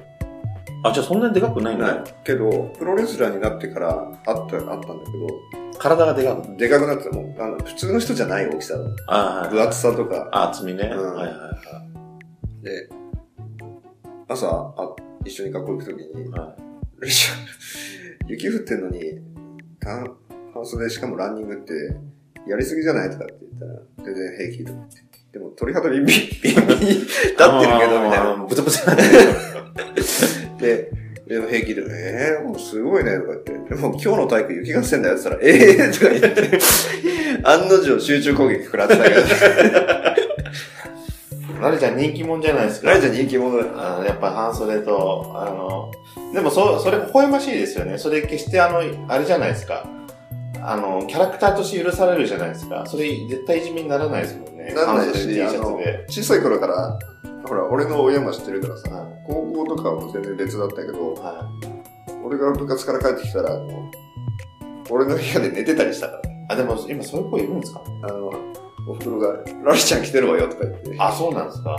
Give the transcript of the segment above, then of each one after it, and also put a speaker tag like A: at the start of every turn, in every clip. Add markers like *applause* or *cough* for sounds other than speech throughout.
A: あ、じゃあそんなにでかくないんだ
B: ないけど、プロレスラーになってからあった、あったんだけど、
A: 体がでかくない。
B: でかくなってたもん。あの、普通の人じゃない大きさだ。
A: あー
B: 分
A: はい。
B: 厚さとか。
A: あ、厚みね。はい
B: うん
A: はいは
B: で、朝、あ一緒に学校行くときに
A: い、は
B: ルシャ *laughs* 雪降ってんのに、半半袖しかもランニングって、やりすぎじゃないとかって言ったら、全然平気とか言って。でも鳥肌ビンビン、ビンビンに
A: い。
B: 立ってるけど、みたい
A: あ
B: な。
A: ー。ブツブツなんだけど。
B: で、でも平気で、えー、もうすごいね、とか言って、でも今日の体育雪がしてんだよって言ったら、ええー、とか言 *laughs* って、案の定集中攻撃食らってたけ *laughs* ど、
A: ラリちゃん人気者じゃないですか。
B: ライちゃん人気者だよ。
A: あの、やっぱ半袖と、あの、でもそ、それ微笑ましいですよね。それ決してあの、あれじゃないですか。あの、キャラクターとして許されるじゃないですか。それ絶対いじめにならないですもんね。
B: なんない
A: 半袖
B: し、
A: で T
B: あ
A: シャツ
B: の
A: で。、
B: 小さい頃から、ほら、俺の親も知ってるからさ、
A: は
B: 高校とかはもう全然別だったけ
A: い
B: ど、
A: は
B: 俺が部活から帰ってきたら、あの俺の部屋で寝てたりしたからね、
A: い。あ、でも今そういう子いるんですか
B: あの、お袋が、ラリちゃん来てるわよとか言って。
A: あ、そうなんですか。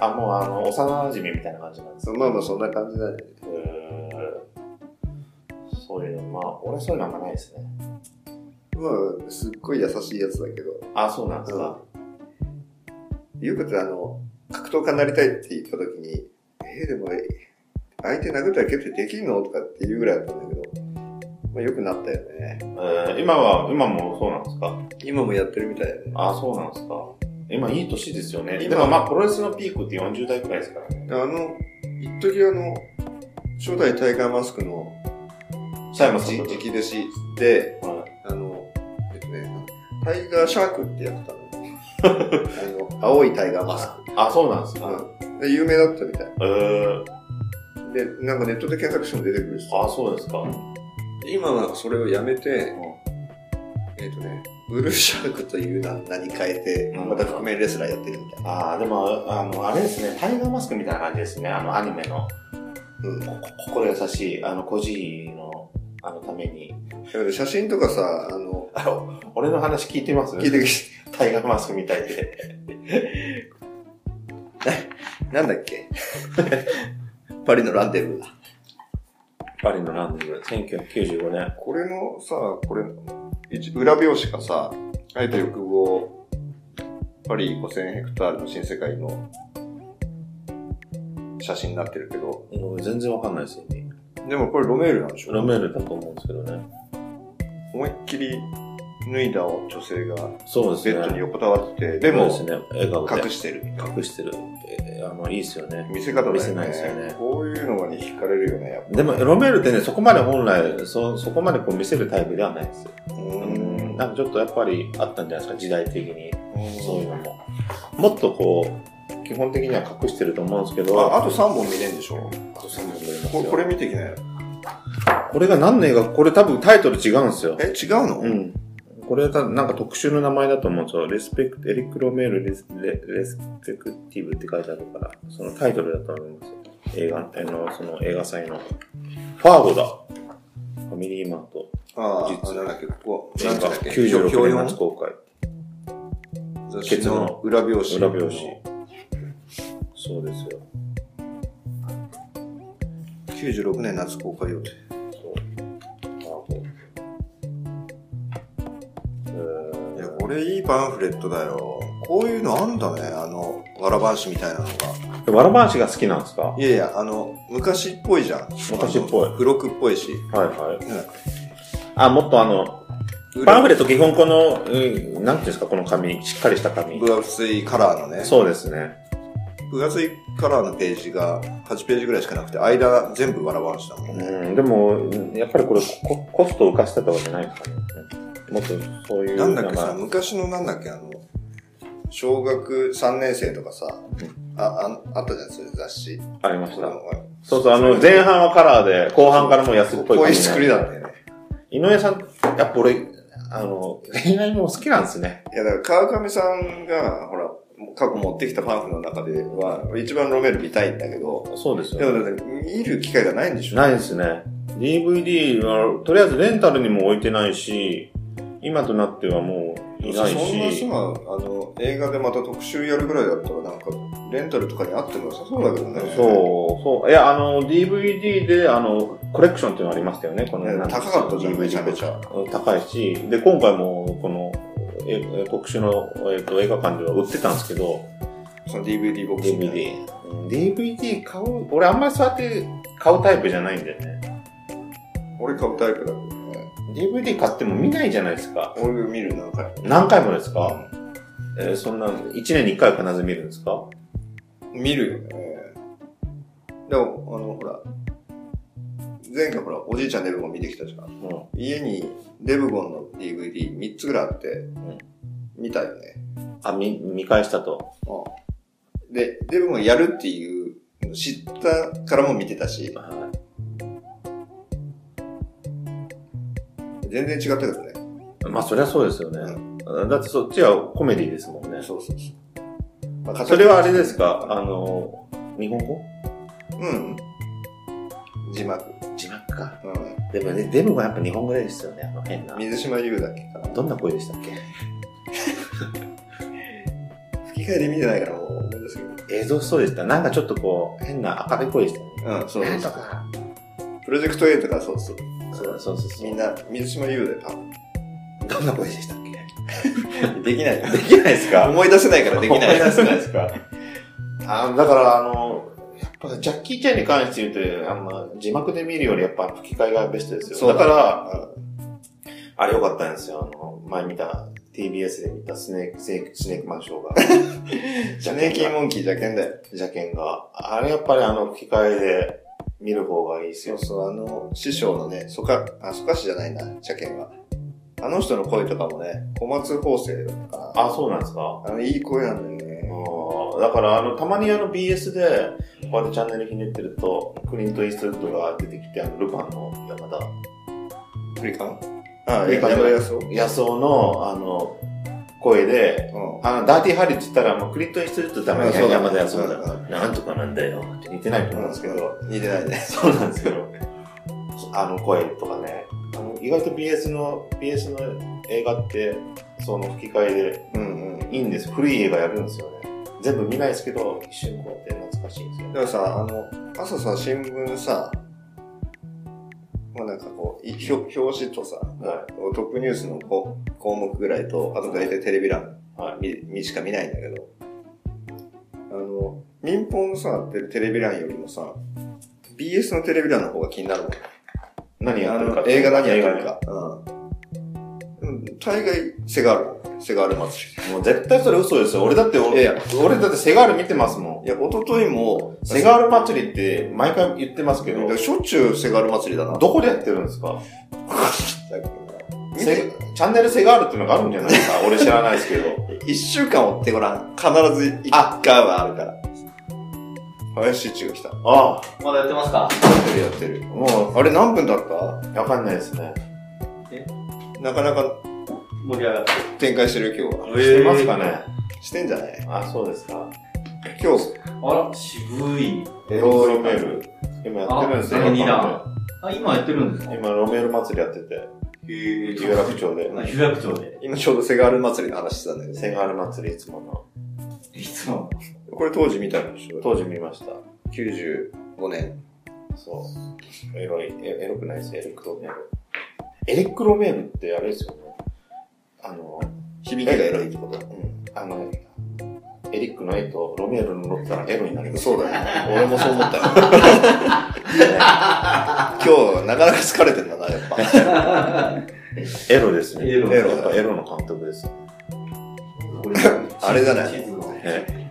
A: あ、もうあの、幼馴染みたいな感じなんです
B: そ
A: か。
B: まあまあそんな感じだね。
A: へーそういうの、まあ、俺はそういうのあんまないですね。
B: まあ、すっごい優しいやつだけど、
A: あ、そうなんですか。
B: ゆうこってあの、格闘家になりたいって言った時に、えー、でも、相手殴ったら蹴ってできんのとかっていうぐらいだったんだけど、まあ、よくなったよね。
A: えー今は、今もそうなんですか。
B: 今もやってるみたいだね。
A: あ、そうなんですか。今いい年ですよね。
B: 今
A: でもまあ、プロレスのピークって40代くらいですからね。
B: あの、一時あの、初代タイガーマスクの
A: 佐山さん
B: じ
A: と
B: 直
A: か。
B: 弟子で、
A: は
B: あの、えっとね、タイガーシャークってやってた *laughs* の。あの、青いタイガーマス
A: いあ、そうなんですか。
B: ク。うん。で、有名だったみたい。
A: えー、
B: で、なんかネットで検索しても出てくるし。
A: あ、そうですか。うん
B: で今はそれをやめて、えっ、とね、ブルーシャークという名に変えて、
A: うん
B: また覆面レスラーやってるみたいな。
A: あーでも、あの、あれですね、タイガーマスクみたいな感じですね。あの、アニメの、
B: うん
A: こ心優しい、あの、孤児の、あの、ために。
B: だけど写真とかさ、あの、
A: あの、俺の話聞いてます
B: 聞いてき
A: タイガーマスクみたいで。
B: て、なんだっ *laughs* けパリのランデブーだ。
A: パリのランデブー、1995年。
B: これのさ、これ、一裏表紙がさ、愛と欲望、パリ5000ヘクタールの新世界の写真になってるけど、
A: 俺全然わかんないですよね。
B: でもこれロメールなんでしょ
A: ラメールだと思うんですけどね。
B: 思いっきり脱いだ女性が
A: そうです
B: ベ
A: ね。
B: ッドに横たわってて、でも
A: そうですね、笑顔で
B: 隠してる。
A: 隠してる。えーあの、いいですよね。
B: 見せ方だよね。
A: 見せないですよね
B: こういうのがね、惹かれるよね、やっぱ。
A: でも、ロメールってね、そこまで本来、そ、そこまでこう見せるタイプではないですよ。
B: う
A: うん。
B: ん。
A: なんかちょっとやっぱりあったんじゃないですか、時代的に。そういう
B: う
A: のも。もっとこう、基本的には隠してると思うんですけ
B: ん。
A: ど、
B: あ、あと3本見れるんでしょ
A: あと3本撮ります
B: こ
A: よ
B: れこれ見ていけないの
A: これが何の映画これ多分タイトル違うんですよ。
B: え、違うの
A: うん。これは多分なんか特殊な名前だと思うんですよ。レスペクト、エリック・ロメールレスレレスペクティブって書いてあるから、そのタイトルだと思います。映画、あの、その映画祭の。ファーゴだ。ファミリーマート。
B: ああ、
A: 実
B: なんだっけ、ここ。
A: なんか
B: だっけ
A: 96年
B: 雑
A: 末公開。
B: 誌の裏表紙。
A: 裏表紙。そうですよ。
B: 紙。96年夏公開予定。
A: そう。ファーゴ。
B: これいいパンフレットだよ。こういうのあんだね、あの、わらばんしみたいなのが。
A: でわらばんしが好きなんですかはい
B: やいや、あの、昔っぽいじゃん。
A: 昔っぽい
B: あの付録っぽいし。
A: いはい。
B: うん
A: あ、もっとあの、パンフレット基本この、うん、なんていうんですか、この紙、しっかりした紙。
B: 分厚いカラーのね。
A: そうですね。
B: 分厚いカラーのページが8ページぐらいしかなくて、間全部わらばんしだもんね。
A: うん、でも、うんやっぱりこれコ、コストを浮かせたとかじゃないですかね。うんもっとそういう
B: なんだっ
A: の
B: けさ、
A: が
B: 昔のなんだっけ、あの、小学3年生とかさ、あ、ああったじゃん、そういう雑誌。
A: ありました。
B: こ
A: そうそう、あの、前半はカラーで、後半からもう安っぽい感じ
B: ういう作りなんだよね。
A: 井上さん、やっぱ俺、あの、恋愛も好きなんですね。
B: いや、だから川上さんが、ほら、過去持ってきたパンフの中では、一番ロメル見たいんだけど、
A: そうです
B: で
A: よ。
B: もだって見る機会がないんでしょ
A: ないですね。DVD は、とりあえずレンタルにも置いてないし、今となってはもういない
B: そんな
A: し
B: 人、が、あの、映画でまた特集やるぐらいだったら、なんか、レンタルとかにあっても良さそうだけどね。
A: そう、そう。いや、あの、DVD で、あの、コレクションっていうのありましたよね、この。
B: ね
A: なん
B: 高かったじゃん、めちゃめちゃ。
A: 高いし、で、今回も、この、ええ特殊の、えっと映画館では売ってたんですけど、
B: その DVD ボックスみたいな。
A: DVD。DVD 買う、俺あんまりそうやって買うタイプじゃないんだよね。
B: 俺買うタイプだけどね。
A: DVD 買っても見ないじゃないですか。
B: 俺見る何回
A: 何回もですか、えーそんな、1年に1回は必ず見るんですか
B: 見るよね。でも、あの、ほら、前回ほら、おじいちゃんデブゴン見てきたじゃ。
A: うんん。あ
B: 家にデブゴンの DVD3 つぐらいあって、見たよね。
A: 見、見返したと。
B: うん。で、デブゴンやるっていうの知ったからも見てたし、
A: はい
B: 全然違ったけどね。
A: まあ、そりゃそうですよね。
B: う
A: だってそっちはコメディですもんね。
B: そうそうそう。まあ
A: それはあれですかあの、日本語
B: うん。字幕。
A: 字幕か。
B: う。。
A: でもね、デブはやっぱ日本語ですよね。あの変なん
B: 水島優だっけかな。
A: どんな声でしたっけ
B: 吹き替えで見てないからもう思い出すけど。
A: 映像そうでした。なんかちょっとこう、変な赤べ声でしたね。
B: うん、そうそう
A: なん
B: そ
A: と
B: う。
A: か。
B: プロジェクト A とかそうそう。
A: そうそうそうそう。
B: みんな、水島優で多分。
A: どんな声でしたっけ
B: できない。
A: できないですか
B: 思い出せないからできな
A: 思
B: い。
A: い出せないですか *laughs* あだから、あの、やっぱジャッキー・チェンに関して言うと、あんま字幕で見るよりやっぱ吹き替えがベストですよ。
B: そう
A: だか
B: だ
A: ら、あれ良かったんですよ。あの、前見た、TBS で見たスネーク、スネーク、スネークマンショー *laughs* が。
B: ジャネキーモンキーじゃけんだよ。
A: ジャケンが。あれやっぱりあの吹き替えで見る方がいいです
B: そ
A: よ
B: う。そう、あの、師匠のね、ソカ、あ、ソカ氏じゃないな、ジャケンは。あの人の声とかもね、小松法政だったかな。
A: あ、そうなんですか
B: あの、いい声なんだよね。
A: うんだから、あの、たまにあの BS で、こうやってチャンネルひねってると、クリント・イーストウッドが出てきて、あの、ルパンの山田
B: クリカンあ、
A: ク
B: え
A: リカン
B: 山田康夫
A: 安尾の、あの、声で、
B: うん。
A: あの、ダーティーハリーって言ったら、もうクリント・イーストウッドダメだ
B: うんそうだ
A: 山田康夫だ
B: う
A: なんとかなんだよって似てないと思うんですけど、
B: 似てないね。
A: そうなんですけど、あの声とかね、あの、意外と BS の、BS の映画って、その吹き替えで
B: うんうん。
A: いいんです。古い映画やるんですよね。全部見ないですけど、一瞬こうやって懐かしいんですよ。
B: でもさ、あの、朝さ、新聞さ、まあなんかこう、いひょ表紙とさ、
A: は
B: トップニュースのこ項目ぐらいと、あと大体テレビ欄
A: は
B: 見見しか見ないんだけど、あの、民放のさ、テレテレビ欄よりもさ、BS のテレビ欄の方が気になるもん。
A: 何やってるか
B: あの映画何やっ
A: 映
B: てるか。うん。でも大概、セガール。セガール祭
A: 画ねもう絶対それ嘘ですよ。俺だって
B: り。い
A: 俺、
B: やいや、
A: 俺だってセガール見てますも
B: いや、一昨日も、
A: ん。セガール祭りって毎回言ってますけど、
B: しょっちゅうセガール祭りだな。
A: どこでやってるんですか
B: だっけな見
A: セ
B: て
A: チャンネルセガールっていうのがあるんじゃない *laughs* ですか俺知らないですけど。
B: 一週間追ってごらん。必ず一回はあるから。林一が来た。や
A: あ
C: まだやってますか
B: ってるやってる
A: あ、。も
B: あれ何分だった
A: う、わかんないですね。
B: なかなか
C: 盛り上がって。
B: 展開してるよ今日は。
A: 知ってますかね
B: してんじゃない
A: あ、そうですか。
B: 今日、
C: あら、渋い。
A: エロロメール。今やってるんですよ。
C: あ何だ
A: やっ
C: あ、今やってるんです
A: ぱ
C: か
A: ね今、ロメール祭りやってて、
C: へぇ
A: 有
C: *laughs*
A: 楽町で。
C: 有楽町で。
B: 今ちょうどセガール祭りの話してたんだけど、
A: セガール祭りいつもの。
C: いつも。
B: これ当時見たんでしょ
A: 当時見ました。
B: ?95 年。
A: そう。エロい、エエロくないです、エレクロメール。エレクロメールってあれですよね。あの、
B: 響きがエロいってこと。う
A: あの、エリックの絵とロメールのロったらエロになる *laughs*
B: ん、そうだね。俺もそう思ったよ。今日、なかなか疲れてんだな、やっぱ。
A: エロですね。
C: エロ
A: エロ。やっぱエロの監督です。
B: あれじゃない
C: 地図を
A: え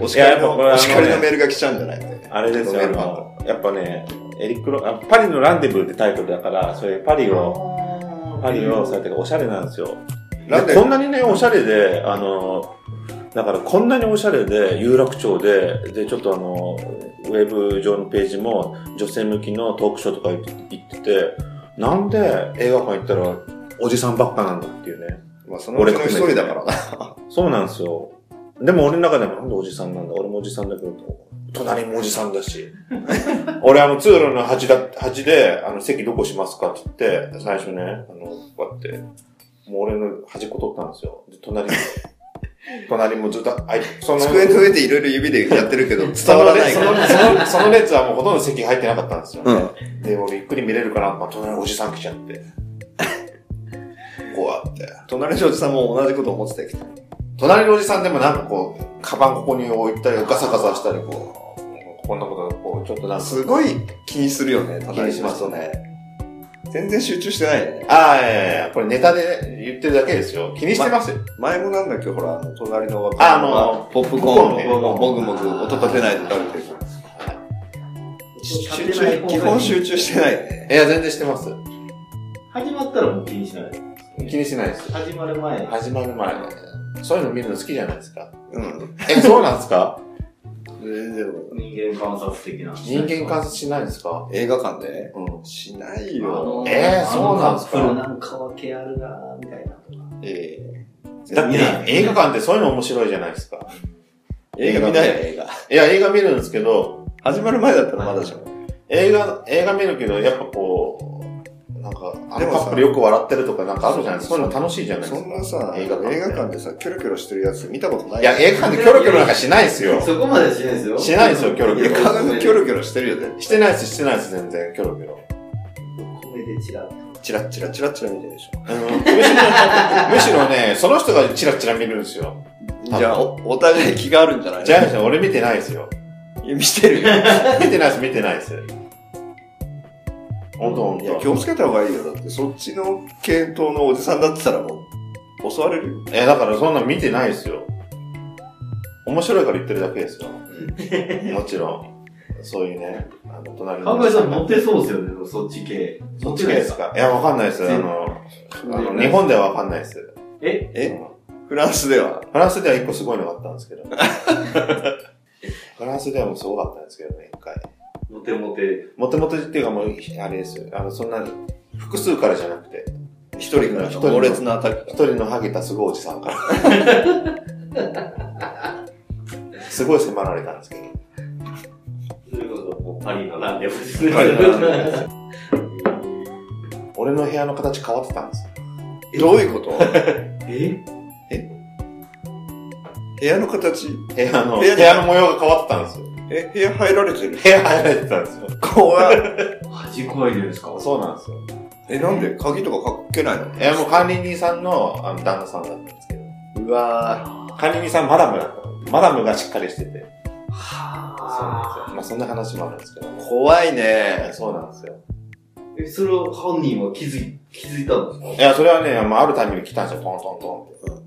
B: お叱り
A: やっぱ
B: の、
A: これはあ
B: お
A: のね
B: 叱りのメールが来ちゃうんじゃない
A: あれですよ、
B: ロ
A: あ
B: メールファンの
A: の、やっぱね、エリックロ、あパリのランデブーってタイトルだから、それパリを、パリをされておしゃれなんですよ。
B: なんで
A: こんなにね、おしゃれで、あの、だからこんなにおしゃれで、有楽町で、で、ちょっとあの、ウェブ上のページも女性向きのトークショーとか行って行ってて、なんで映画館行ったらおじさんばっかなんだっていうね。
B: まあ、そのうちの一人だからな。
A: そうなんですよ。でも俺の中でもなんでおじさんなんだ俺もおじさんだけど、隣もおじさんだし。 *laughs* 俺あの通路の端だ、端で、あの席どこしますかって言って、最初ね、あの、こうやって、もう俺の端っこ取ったんですよ。で、隣 *laughs* も、隣もずっと、あい、その、
B: 机の上でいろいろ指でやってるけど、
A: そ
B: 伝わ
A: の
B: らない
A: 列、
B: か
A: そ
B: ら。
A: の、その、その列はもうほとんど席入ってなかったんですよ。
B: うん。
A: で、俺ゆっくり見れるから、まあ、隣のおじさん来ちゃって。こうやって。
B: 隣のおじさんも同じこと思ってたけど。
A: 隣のおじさんでもなんかこう、カバンここに置いたり、ガサガサしたり、こう、こんなことこう、ちょっとなんか、
B: すごい気にするよね、
A: 気にします
B: よね。全然集中してないね。
A: ああ、いやいやいやこれネタで言ってるだけですよ。気にしてますよ。
B: 前もなんだっけ、ほら、あの隣の若
A: ああの
B: ポップコーン
A: ポップコーン
B: をもぐもぐ音立てないで食べてる。集中、基本集中してないね。
A: いや、全然してます。
C: 始まったらもう気にしない。
A: 気にしてないです。
C: 始まる前。
A: 始まる前、そういうの見るの好きじゃないですか。
B: うん。
A: え、そうなんですか
B: 全然。
C: 人間観察的な。
A: 人間観察しないんですか
B: 映画館で
A: うん。
B: しない
C: あの
B: よ。
A: えーそうなんすか
C: あのカップルなんかわけあるなぁみたいなとか。
B: ええ
A: だって
C: 見ない
A: 映画館ってそういうの面白いじゃないですか。
B: 映画見ないよ、映画。
A: いや、映画見るんですけど、
B: 始まる前だったらまだしも。
A: 映画、映画見るけど、やっぱこう、なんか、あ
B: で
A: の
B: も
A: カ
B: さ
A: ップルよく笑ってるとかなんかあるじゃないですか。そういうの楽しいじゃないです
B: そ
A: か。
B: んなさ、映
A: 映
B: 画
A: 画館
B: 館でさ、キョロキョロしてるやつ見たことない
A: いや、映画館でキョロキョロなんかしないですよ。
C: そこまではしないですよ。
A: しないですよキョロキョ
B: 映
A: ロ
B: 画館でキョロキョロしてるよね。
A: してないです、してないです、全然、キョロキョロ。
C: これで違う。
B: チラッチラチラッチラ見てるでしょ。
A: あのむしろ、むしろね、その人がチラチラ見るんですよ。多分
B: じゃあ、おお互い気があるんじゃない
A: じゃあ、俺見てないですよ。
B: いや見てるよ。
A: 見てないです、見てないです。ほんとほん
B: いや、
A: と。
B: 気をつけた方がいいよ。だって、そっちの系統のおじさんだったらもう、襲われるよ。
A: え、だからそんなの見てないですよ。面白いから言ってるだけですよ。もちろん。そういうね、あの、隣の。
C: 考えさんモテそうですよね、でもそっち系。
A: そっち系ですかいや、わかんないです。あの、あの日本ではわかんないです。
C: え
B: え
A: うん
B: フランスでは。
A: フランスでは一個すごいのがあったんです *laughs* けど。フランスではもうすごかったんですけどね、一回。
C: モテモテ。
A: もともとっていうかもう、あれですよ。あの、そんな、複数からじゃなくて、
B: 一人
A: から
B: の猛烈なアタック
A: 一人のハゲたすごいおじさん *laughs* から。すごい迫られたんですけど。
C: そういうことはもうパリのなんでもですね。
B: パリのなんでもで
A: 俺の部屋の形変わってたんですよ。
B: が。どういうこと
C: え
B: 部屋の形
A: 部屋の、
B: 部
A: *laughs* 部
B: 屋
A: 屋
B: で
A: の模様が変わってたんですよ。
B: え、部屋入られてる
A: 部屋入られてたん *laughs* ですよ。
B: 怖い。
C: 恥怖いじゃないですか。
A: そうなんですよ。
B: え、なんで鍵とかかけないの
A: いや、もう管理人さんの、あの、旦那さんだったんですけど。
B: うわ
C: は
A: 管理人さんマダムだったのマダムがしっかりしてて。そうなんですよ。まあ、
C: あ。
A: そんな話もあるんですけど。
B: ぁ。怖い
A: え
B: ね
A: ーそうなんですよ。
C: え、それを犯人は気づい、気づいたんですか
A: いや、それはね、まあ、あるタイミングに来たんですよ。トントントンって。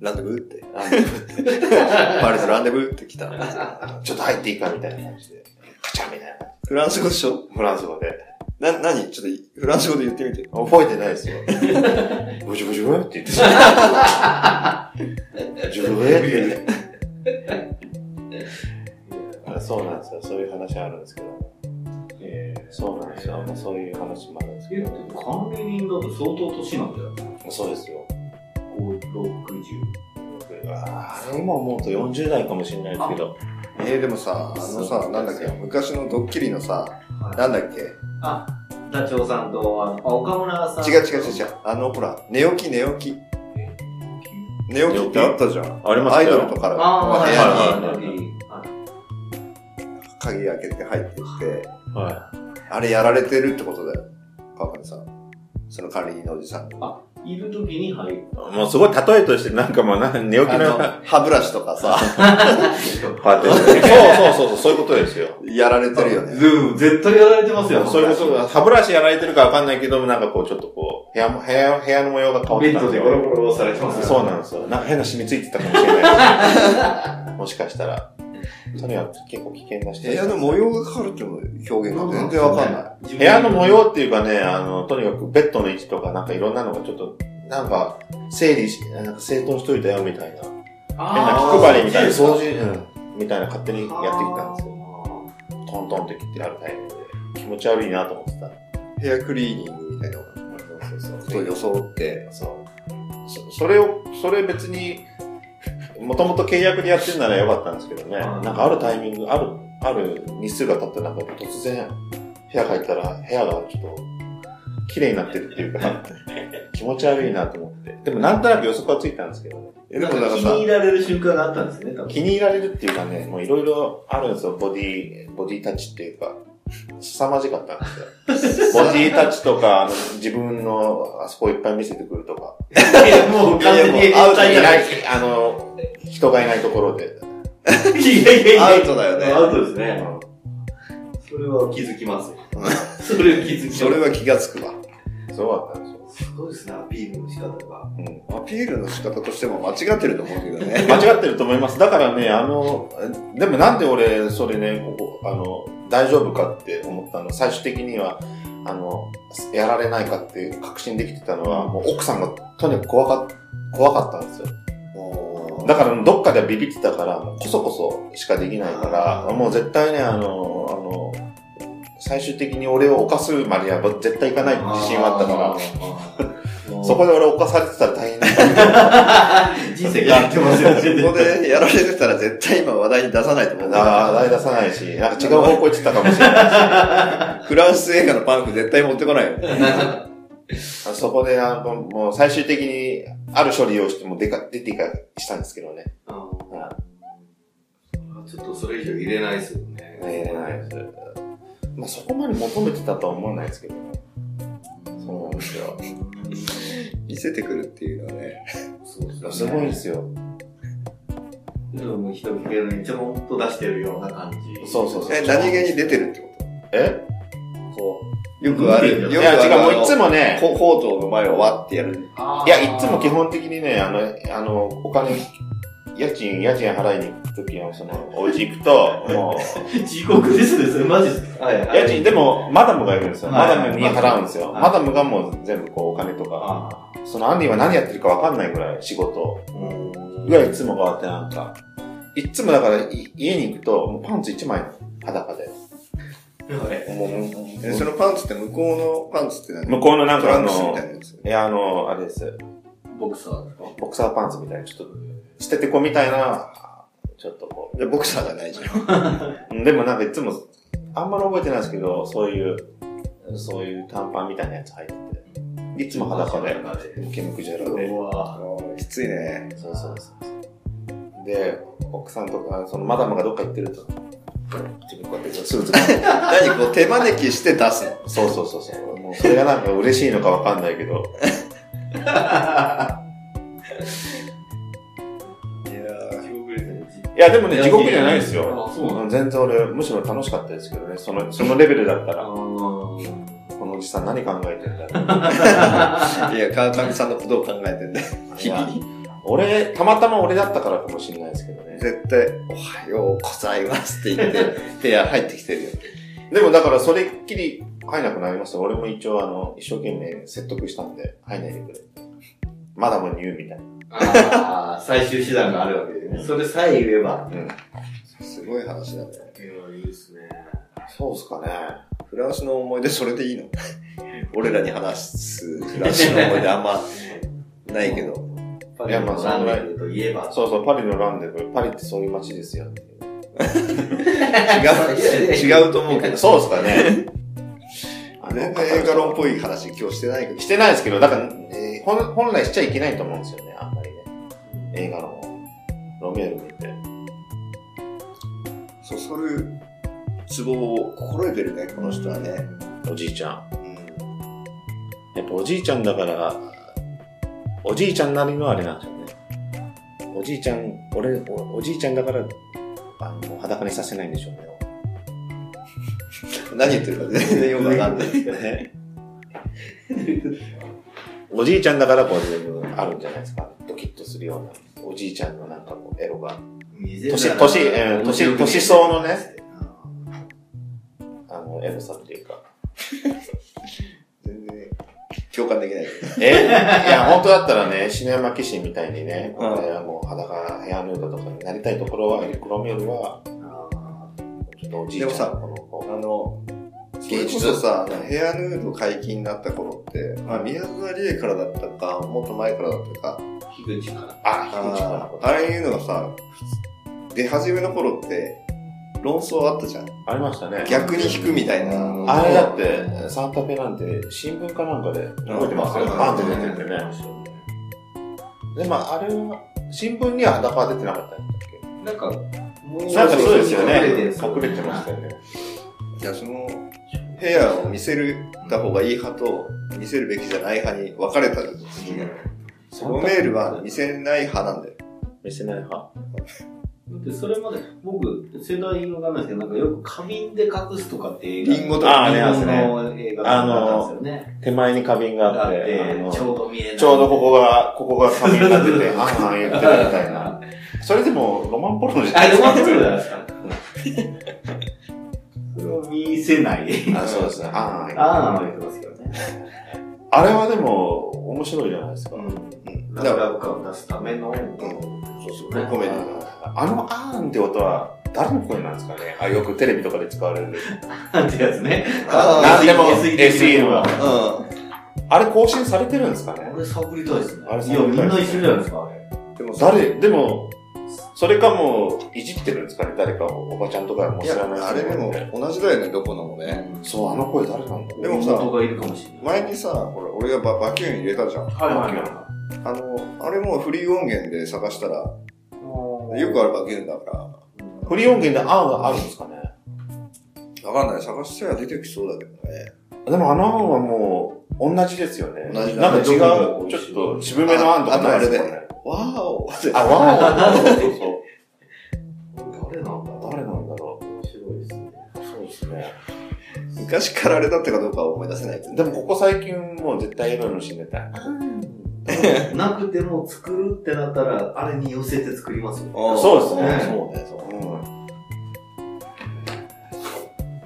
B: ランデブーって。
A: あの
B: パレスランデブーって来た。
A: *laughs* ちょっと入っていいかみたいな感じで。カチャンみたいな。
B: フランス語でしょ
A: フランス語で。
B: な、なにちょっと、フランス語で言ってみて。
A: 覚えてないですよ。ブジュブジュブって言ってた。ジュブエってあ。そうなんですよ。そういう話あるんですけど。
C: ええ
A: そうなんですよ。まあ、そういう話もあるんですけ
C: え、
A: ど。
C: 管理人だと相当年なんだよ。
A: そうですよ。
C: 5、60。
A: あー今思うと40代かもしれないですけど。
B: えー、でもさ、あのさ、なんだっけ、昔のドッキリのさ、
C: はい
B: なんだっけ、
C: あ、ダチョウさんと、あの、あ岡村さん。
B: 違う違う違う違う。あの、ほら、寝起き寝起き。寝起きってあったじゃん。
A: ありま
B: ア
A: し
B: イ
A: た
B: ド
A: よ
B: ルとか
C: あ
B: の
C: あ、
B: 部
C: はい
B: 屋
C: はいはい
A: 部屋
B: に鍵開けて入ってって、
A: は
B: あれやられてるってことだよ。川上さん。その管理人のおじさんに。
C: はいいる時に入る。
A: もうすごい例えとして、なんかまあな、寝起き
B: あの
A: な、、
B: 歯ブラシとかさ、
A: パーティー。そうそうそうそう、そういうことですよ。
B: やられてるよ
C: *laughs*
B: ね。
C: うん、絶対やられてますよ。
A: そういうことが、歯ブラシやられてるかわかんないけど、なんかこう、ちょっとこう、部屋も、部屋、部屋の模様が変わっ
C: ベ
A: て
C: ッ
A: たん
C: ド
A: です
C: で
A: よ
C: ボロボロされてますよ。
A: そうなんですよ。なんか変な染みついてたかもしれないです。もしかしたら。それは結構危険な人
B: 部屋の模様が変わるっても表現が全然わかんない。
C: い。
A: 部屋の模様っていうかね、あの、とにかくベッドの位置とかなんかいろんなのがちょっと、なんか、整理し、なんか整頓しといたよみたいな。変な気配りみたいな、掃除、うん、みたいな勝手にやってきたんですよ。
C: よ。
A: トントンって切ってあるタイミングで。気持ち悪いなと思ってた。
B: ヘアクリーニングみたいなこ
A: そうそう
B: とを装って、
A: そう。そそれを、それ別に、もともと契約でやってるならよかったんですけどね、
C: うん
A: なんかあるタイミング、ある、ある日数が経ってなんか突然、部屋入ったら部屋がちょっと、綺麗になってるっていう
C: *laughs*
A: か、気持ち悪いなと思って。でもなんとなく予測はついたんですけどね。
B: えで
C: で
B: も
C: もな
B: なんん
C: か
B: か
C: 気
B: さ
C: に入、られる瞬間があったんですね、多分。
A: 気に入られるっていうかね、もういろいろあるんですよ、ボディ、ボディタッチっていうか、凄まじかったん
C: *laughs*
A: ですよ。ボディタッチとか、あの自分のあそこいっぱい見せてくるとか、
C: もう
B: いや
C: 完
B: いや
C: 全
B: も
C: に
B: う
A: アウト
C: い
A: い
C: や
A: ないい、あの、人がいないところで。
C: やいや
B: アウトだよね
C: アウトですね。それは気づきます。それは気づきます。
B: それは気がつくわ。
A: そうだったんですよ。
C: すごいですね、アピールの仕方が。
A: うん
B: アピールの仕方としても間違ってると思うけどね。
A: 間違ってると思います。だからね、あの、でもなんで俺、それね、ここ、あの、大丈夫かって思ったの、最終的には、あの、やられないかって確信できてたのは、もう奥さんがとにかく怖かっ怖かったんですよ。
B: も
A: だから、どっかでビビってたから、もうこそこそしかできないか
C: あ
A: ら、
C: ー
A: もう絶対ね、あの、あの、最終的に俺を犯すまでは絶対行かない自信はあったから、
C: ら
A: そこで俺犯されてたら大変だ
C: 人生変わってますよ、
B: うここでやられてたら絶対今話題に出さないと
A: *laughs*
B: 思うな。
A: ああ、出さないし、なんか違う方向行ってたかもしれない *laughs*
B: フランス映画のパンフ絶対持ってこないよね。
A: し。そこで、あの、もう最終的に、ある処理をしても出か、出ていか、したんですけどね。
C: ちょっとそれ以上入れないですよね。
A: です。まあ、そこまで求めてたとは思わないですけどね。そうなんですよ。
B: 見せてくるっていうのはね。
C: そうですね。
A: すごいんですよ。
C: でも人見れのにちょんと出してるような感じ。
A: そうそうそう。
B: え、何気に出てるってこ
A: え
B: とこう、よくある。よ
A: い
B: くあ
A: や、違
B: る。
A: う、もういつ
B: も。
A: もね、
B: ココートの前をわってやる。
A: いや、いつも基本的にね、あの、あの、お金、家賃、家賃払いに行くときは、その、お家行くと、もう、
C: 地獄ですね、それマジです。はい
A: 家賃、で、も、マダムがいるんですよ。マ
C: はい
A: ダムに払うんですよ。
C: はい
A: マダムがもう全部こう、お金とか、
C: ああ。
A: そのアンディは何やってるかわかんないぐらい仕事
C: うん。
A: がいつも変わってなんか、いつもだからい家に行くと、もうパンツ1枚裸で。
C: はい
A: もうもうもう
B: え、そのパンツって向こうのパンツって何
A: 向こうのなん
B: ト
A: か
B: ラ
A: あ
B: ンクスみ
A: の
B: たい、なやつ。
A: いやあの、あれです。
C: ボクサーですか
A: ボクサーパンツみたいな、ちょっと、捨ててこみたいな、ちょっとこ
B: いやボクサーじゃないじゃん。
A: ううん。でもなんかいつも、あんまり覚えてないですけど、そういう、そういう短パンみたいなやつ入ってて、いつも裸で、毛むくじゃらで。
C: うわ
B: きついね。
A: そうそうそう。で、奥さんとか、そのマダムがどっか行ってると、自分こうやってスーツが。
B: 何こう手招きして出すの
A: そうそうそうそう。もうそれがなんか嬉しいのかわかんないけど。
B: いやー
C: 地獄ですね。
A: いや、でもね、地獄じゃないですよ。
C: あ、そうなんだ。
A: うん全然俺、むしろ楽しかったですけどね、その、そのレベルだった
C: あ
A: ら、
C: ー
A: このおじさん何考えてんだろう
B: いや、川上さんのことを考えてんだよ。日々。
A: 俺、たまたま俺だったからかもしれないですけどね。
B: 絶対、おはようございますって言って、部屋入ってきてるよ。
A: でもだから、それっきり入らなくなりました。俺も一応、あの、一生懸命説得したんで、入らないでくれ。マダムに言うみたいな。
C: あー、最終手段があるわけでね。それさえ言えば。
A: うん。
B: すごい話だね。
C: いや、いいですね。
A: そうっすかね。
B: フランスの思い出それでいいの *laughs* 俺らに話すフランスの思い出あんまないけど。
C: いや、まあ、ラーメンといえば。
A: そうそう、パリのランデブー、パリってそういう街ですよっていう。
B: 違う、違うと思うけど。
A: そうですかね。あ
B: 全然映画論っぽい話今日してないけど。
A: してないですけど、だから、えー本本来しちゃいけないと思うんですよね、あんまりね。映画のロミュール見て。
B: そそるツボを心得てるね、この人はね。
A: おじいちゃん。
B: うん
A: やっぱおじいちゃんだから、おじいちゃんなりのあれなんですよね。おじいちゃん、俺、おおじいちゃんだから、あの、裸にさせないんでしょうね。
B: 何言ってるか全然よくわか
A: *laughs*
B: んない。
A: ねおじいちゃんだからこう全部あるんじゃないですか。ドキッとするような。おじいちゃんのなんかこう、エロが。
C: 年
A: 年、年、えー年、年相のね、あの、エロさっていうか。
B: 全然共感できない。
A: えいや、本当だったらね、篠山騎士みたいにね、
B: うん
A: これはもう裸、ヘアヌードとかになりたいところは、エリクロメールは、ちょっとおじいちゃんのこの子
B: あの、それ
A: 芸
B: こ
A: 術
B: そさ、あのヘアヌード解禁になった頃って、まあ、宮沢りえからだったか、もっと前からだったか、
C: 樋口から。
A: あ、樋口から
B: あ
A: の
B: ーあれいうのがさ、出始めの頃って、論争あったじゃん。
A: ありましたね。
B: 逆に引くみたいなのを。
A: あれだって、サンタペなんて、新聞かなんかで覚えてますよ。
B: うん
A: バンって出ててね。で、まあ、あれは、新聞には裸は出てなかったんだっ
C: なんか、も
A: けなんかそうですよね。
C: 隠れてる
A: 隠れてましたよね。
B: いや、その、ヘアを見せるた方がいい派と、見せるべきじゃない派に分かれた時に、ロメールは見せない派なんだよ。
A: 見せない派。
C: だってそれまで、僕、世代わかんないですけど、なんかよく花瓶で隠すとかって映画。
B: リンゴと
A: あ
B: か
A: ー、ね
C: 日本の映画だったんですよね。
A: 手前に花瓶が
C: だ
A: あ
C: っ
A: って、あ
C: て
A: の、
C: ちょうど見えない。
A: ちょうどここが、ここが花瓶になってて、 *laughs* あんあん言って
C: あ
A: るみたいな。それでも、ロマンポルノじゃな
C: あ、
A: いで
C: ロ
A: すか。
C: マンポルノじゃないですか。それを見せない。
A: あ、そうですね。あんあん。
C: ああ、言ってますけどね。
A: あれはでも、面白いじゃないですか。
B: うん。
C: ラ
B: だ
C: ブ
B: から、
C: ラブ感を出すための、
A: そう
C: そうね
B: コメディ
A: あのあーんって音は誰の声なんですかねあよくテレビとかで使われる。
C: なんてやつね。
B: あー
A: なんでも
C: SE の
A: SE は。あれ更新されてるんですかね
C: あれ探りたいですね。
A: あれ
C: いや、
A: 探り
C: みん
A: たい
C: な一緒じゃないですか、あれ。
B: うん。でもさ
A: 誰、でも、それかもう、いじってるんですかね誰かおばちゃんとかも
B: い
A: 知ら
B: や
A: ない人、
B: あれでも同じだよね、どこのもね。
A: そう、あの声誰なんだ
B: でもさ
C: 妹がいるかもしれない。
B: 前にさ、ほら、俺がババキューン入れたじゃん。
C: はいはいは
B: あの、あれもフリー音源で探したら、よ
C: い。
B: くあるバキューンだから、
A: フリー音源であーがあるんですかね
B: わかんない。探したら出てきそうだけどね。
A: でもあのあんはもう、同じですよね。
B: 同じ
A: な
B: だ
A: んか
B: ね
A: 違う、ちょっと渋めのあんとかないですもんね。
B: わーお
A: あ、わーおそうそうそ
C: 誰なんだ
A: う。誰なんだろ
C: 面白いですね。
A: う。そうですね。
B: 昔からあれだったかどうかは思い出せないけど。
A: でもここ最近もう絶対エロいの死んでた。
C: なくても作るってなったら、あれに寄せて作りますよ。
A: そう
C: ですね
B: そうね、そうね。
A: うん。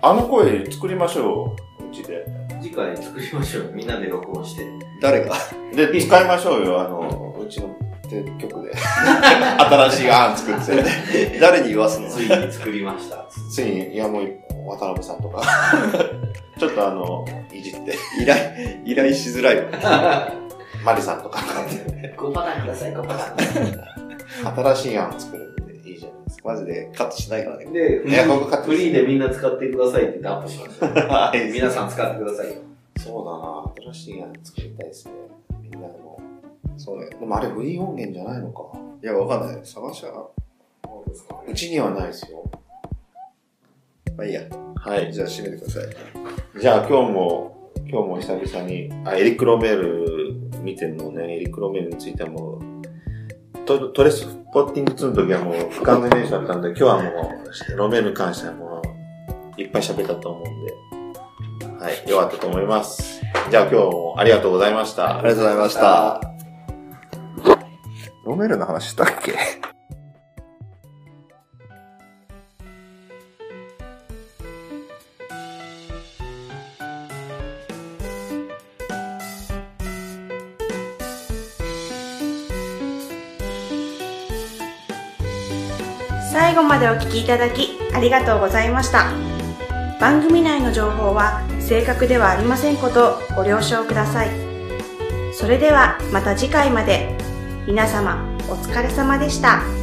A: あの声作りましょう、うちで。
C: 次回作りましょう。みんなで録音して。
B: 誰が
A: で、使いましょうよ、あの、うちの手曲で。新しい案作って。
B: 誰に言わすの
C: ついに作りました。
A: ついに、いやもう、渡辺さんとか。ちょっとあの、いじって。
B: 依頼、依頼しづらいわ。
A: マリさんとか。
C: 5パターンください、5パタ
A: 新しい案作るんでいいじゃないです
B: マジでカットしないからね
C: ー。ン。で、
A: いや僕買って
C: フ
A: ます
C: リーでみんな使ってくださいって言ってアップしました。
A: か。
C: 皆さん使ってくださいよ。
A: そうだな、新しい案作りたいですね。みんなでも。
B: そうね。
A: でもあれ、フリー音源じゃないのか。
B: いや、わかんない。探しゃ。ま
C: そうですか
A: うちにはないですよ。
B: あいいや。
A: はい。
B: じゃあ閉めてください。
A: じゃあ今日も、今日も久々に、あ、エリック・ロメール見てんのね、エリック・ロメールについてはもう、トトレスポッティング2の時はもう不完全燃焼だったんで、今日はもう、ロメールに関してはもう、いっぱい喋ったと思うんで、はい、良かったと思います。じゃあ今日もありがとうございました。
B: ありがとうございました。ロメールの話したっけ
D: 最後までお聞きいただきありがとうございました番組内の情報は正確ではありませんことをご了承くださいそれではまた次回まで皆様お疲れ様でした。